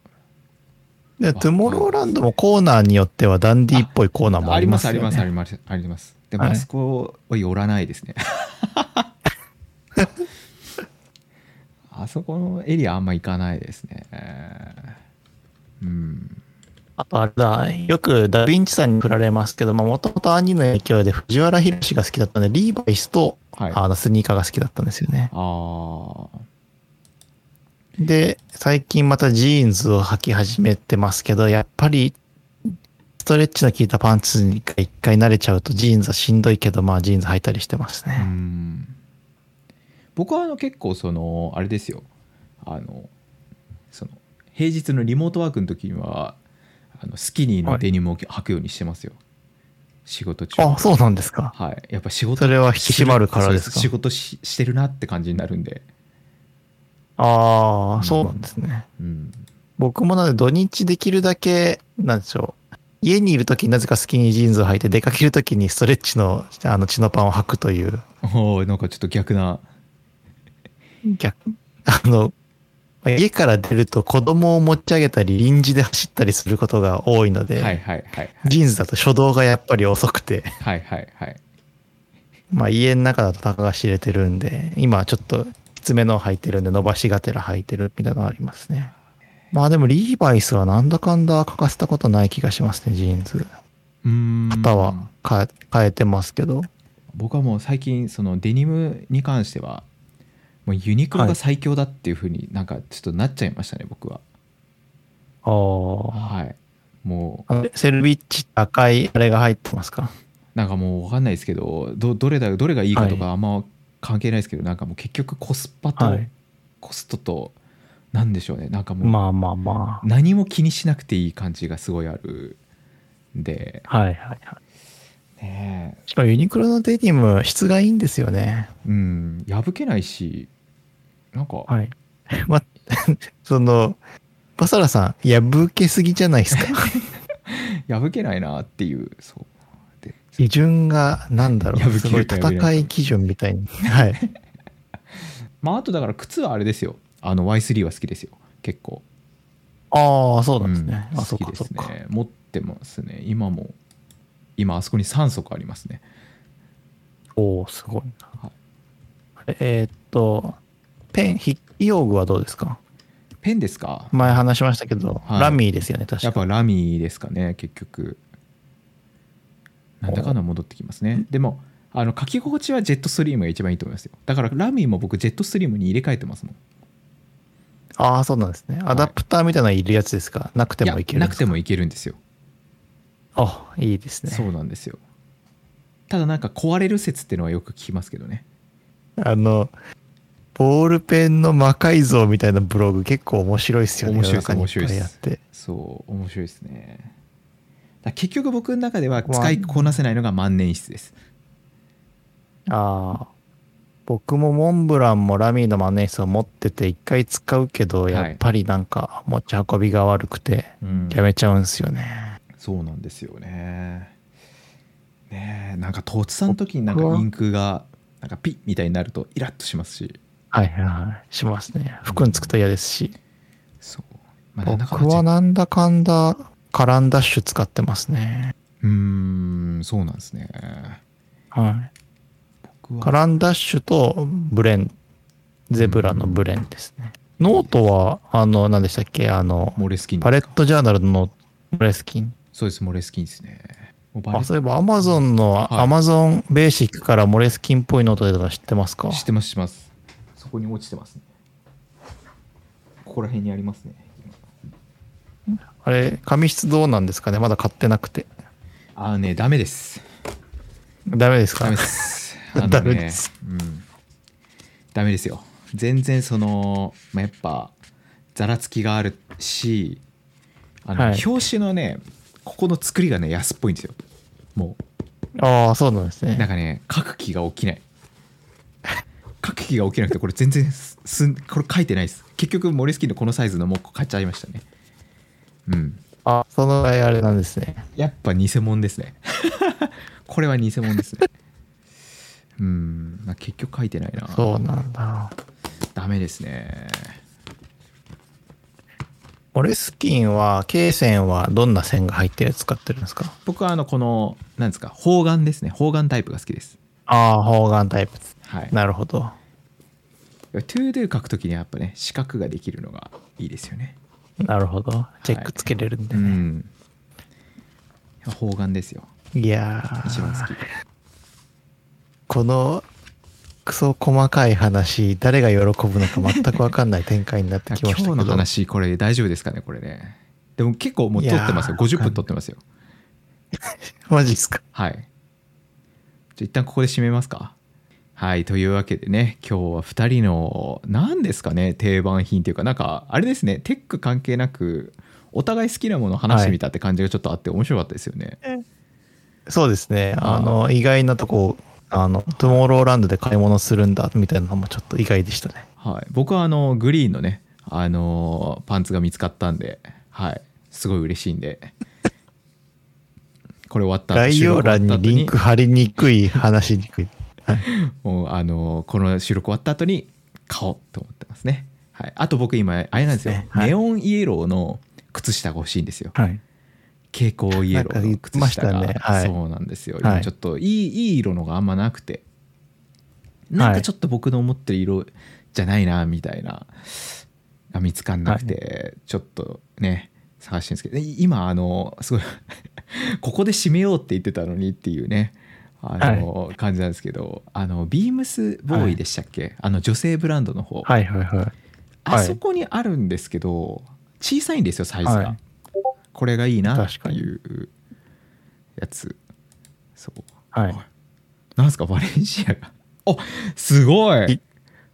で、トゥモローランドもコーナーによってはダンディーっぽいコーナーもあありりまますすよあね。りますありますありますでもはいあそこは寄らないですねあそこのエリアあんま行かないですねうんあとあれだ、よくダヴィンチさんに振られますけど、もともと兄の影響で藤原宏が好きだったんで、リーバイスと、はいああのスニーカーが好きだったんですよね。あーで、最近またジーンズを履き始めてますけど、やっぱり、ストレッチの効いたパンツに一回慣れちゃうとジーンズはしんどいけど、まあジーンズ履いたりしてますうね。ん僕はあの結構そのあれですよあのその平日のリモートワークの時にはあのスキニーのデニムを履くようにしてますよ、仕事中あ、そうなんですか。はいやっぱ仕事それは引き締まるからですかそう仕事ししてるなって感じになるんで、ああ、そうなんですね。うん、僕もなので土日できるだけ、なんでしょう。家にいるときになぜかスキニージーンズを履いて、出かけるときにストレッチの、あの、チノパンを履くという、おーなんかちょっと逆な逆、あの、 [laughs] 家から出ると子供を持ち上げたり、臨時で走ったりすることが多いので、はいはいはいジーンズだと初動がやっぱり遅くて、はいはいはいまあ家の中だと高が知れてるんで、今はちょっときつめのを履いてるんで、伸ばしがてら履いてるみたいなのありますね。まあでもリーバイスはなんだかんだ欠かせたことない気がしますね、ジーンズ。うーん型はか変えてますけど。僕はもう最近そのデニムに関してはもうユニクロが最強だっていうふうになんかちょっとなっちゃいましたね僕はあはいもうあの。セルビッチって赤いあれが入ってますかなんかもう分かんないですけどどどれだどれがいいかとかあんま関係ないですけど、なんかもう結局コスパと、はいコストとなんでしょうねなんかもうまあまあま何も気にしなくていい感じがすごいあるんであ。はいはいはい。ねしかもユニクロのデニム、質がいいんですよね。えうん破けないしなんか、はい。 [laughs] ま、その、バサラさん、破けすぎじゃないですか。破けないなっていうそうで基準が、なんだろ破けう、るすごいか破けないか戦い基準みたいに。はい。まああとだから靴はあれですよあの Y3 は好きですよ結構 [laughs] ああ、そうなんですね。あ、そ好きうかでそすうか。ね持ってますね今も今あそこに3足ありますねおおすごいはな。えーっと、ペン、筆記用具はどうですかペンですか前話しましたけど、はいラミーですよね、確かやっぱラミーですかね結局なんだかんだ戻ってきますねでもあの書き心地はジェットストリームが一番いいと思いますよだからラミーも僕ジェットストリームに入れ替えてますもんああ、そうなんですね。アダプターみたいなのいるやつですか、なくてもいけやるんなでくすかてもいけるんですよあ、いいですね。そうなんですよただなんか壊れる説っていうのはよく聞きますけどねあの、ボールペンの魔改造みたいなブログ結構面白いですよね。面白いです世の中にっぱ面白いですあって。そう面白いですねだから結局僕の中ではわ使いこなせないのが万年筆ですああ。僕もモンブランもラミーのマネースを持ってて一回使うけど、いやっぱりなんか持ち運びが悪くてうんやめちゃうんですよね。そうなんですよねねえなんかとっさの時になんかインクがなんかピッみたいになるとイラッとしますしはいはいはい。しますね。服につくと嫌ですし。そう、まあ、僕はなかなかなんだかんだカランダッシュ使ってますね。うーんそうなんですねは僕い。はカランダッシュとブレン、ゼブラのブレンですね。ノートは、あの、何でしたっけあの、モレスキンですかパレットジャーナルのプレスキン。そうですモレスキンですねもうバレあ、そういえば Amazon のはい Amazon ベーシックからモレスキンっぽいノート出たの知ってますか知ってます知ってますそこに落ちてますねここら辺にありますねあれ、紙質どうなんですかねまだ買ってなくて。ああねダメですダメですダかメです。あのねダメです。うん。ダメですよ。全然その、まあ、やっぱ、ざらつきがあるし、あの、はい表紙のね、ここの作りがね、安っぽいんですよ。もああ、そうなんですう、なんね。かね、書く気が起きない。書く気が起きなくて、これ全然すすん、これ書いてないです。結局、モレスキンのこのサイズのもう買っちゃいましたね。うん。あ、そのぐらいあれなんですね。やっぱ偽物です [laughs] ねこれは偽物ですねうん、まあ、結局書いてないなそうなんだ。ダメですねオレスキンは、K 線はどんな線が入ってるやつ使ってるんですか僕はあのこのなんですか方眼ですね方眼タイプが好きですああ、方眼タイプ。はいなるほど。トゥードゥ書くときにやっぱね四角ができるのがいいですよねなるほど。チェックつけれるんでうね。ん方眼ですよいやー一番好きこの、クソ細かい話、誰が喜ぶのか全くわかんない展開になってきました今け日ど。の話これ大丈夫ですかねこれねでも結構もう撮ってますよいやー50分撮ってますよ [laughs] マジですかはいじゃあ一旦ここで締めますかはいというわけでね今日は2人の何ですかね定番品というかなんかあれですねテック関係なくお互い好きなものを話してみたって感じがちょっとあって面白かったですよね、そうですね。あーあの、意外なとこ、あの、トゥモローランドで買い物するんだ、みたいなのもちょっと意外でしたね。はい、僕はあのグリーンのね、あのーパンツが見つかったんで、はい、すごい嬉しいんでこれ終わった概要欄収に録終リンクわっ貼りにくい、話しにくい。た後にもう、あのーこの収録終わった後に買おうと思ってますね、はい、あと僕今あれなんですよですねはいネオンイエローの靴下が欲しいんですよはい。蛍光イエローの靴下が、なんか言ってましたねはいそうなんですよ、はい今ちょっといいいい色のがあんまなくてなんかちょっと僕の思ってる色じゃないなみたいなが見つかんなくて、ちょっとね探してるんですけどい今あのすごい [laughs] ここで締めようって言ってたのにっていうねあの、感じなんですけどあのビームスボーイでしたっけ、あの女性ブランドの方、はいはいはい。あそこにあるんですけど小さいんですよサイズが、はいこれがいいなって確かにいうやつそうはい。なんですかバレンシアがあすごい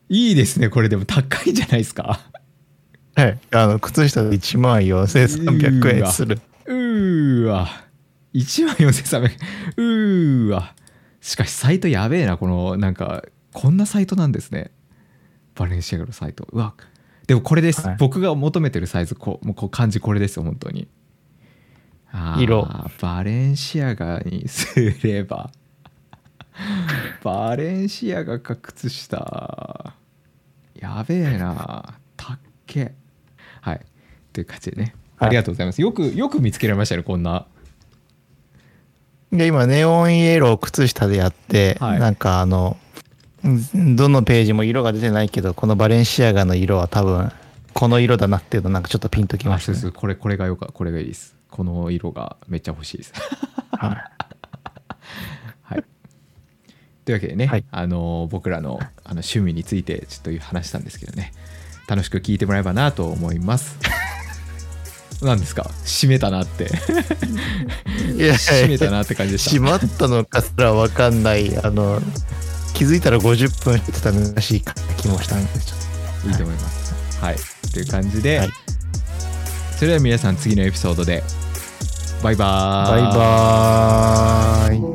いいいですねこれでも高いんじゃないですかはい。あの、靴下で1万4300円する。うーわ1万4300うーわしかしサイトやべえなこのなんかこんなサイトなんですねバレンシアガのサイトうわでもこれです、はい僕が求めてるサイズこうもうこう漢字これですよ本当にあー色バレンシアガにすれ [laughs] ばバレンシアガか靴下やべえなたっけはいという感じでねはいありがとうございます、よくよく見つけられましたねこんなで、今、ネオンイエロー靴下でやって、はいなんかあの、んどのページも色が出てないけど、このバレンシアガの色は多分、この色だなっていうのなんかちょっとピンときまあそしたうね、そうこれこれがよかこれがいいですこの色がめっちゃ欲しいですははいというわけでね、はいあの僕らのあの趣味についてちょっと話したんですけどね楽しく聞いてもらえばなと思います [laughs] 何ですか締めたなってい。いやいや締めたなって感じでした閉まったのかすらわかんない、あの、気づいたら50分してたらしい気もしたんで、ちょっいいと思いますはいという感じで、はいそれでは皆さん次のエピソードでバイバと。ーバイバーイ。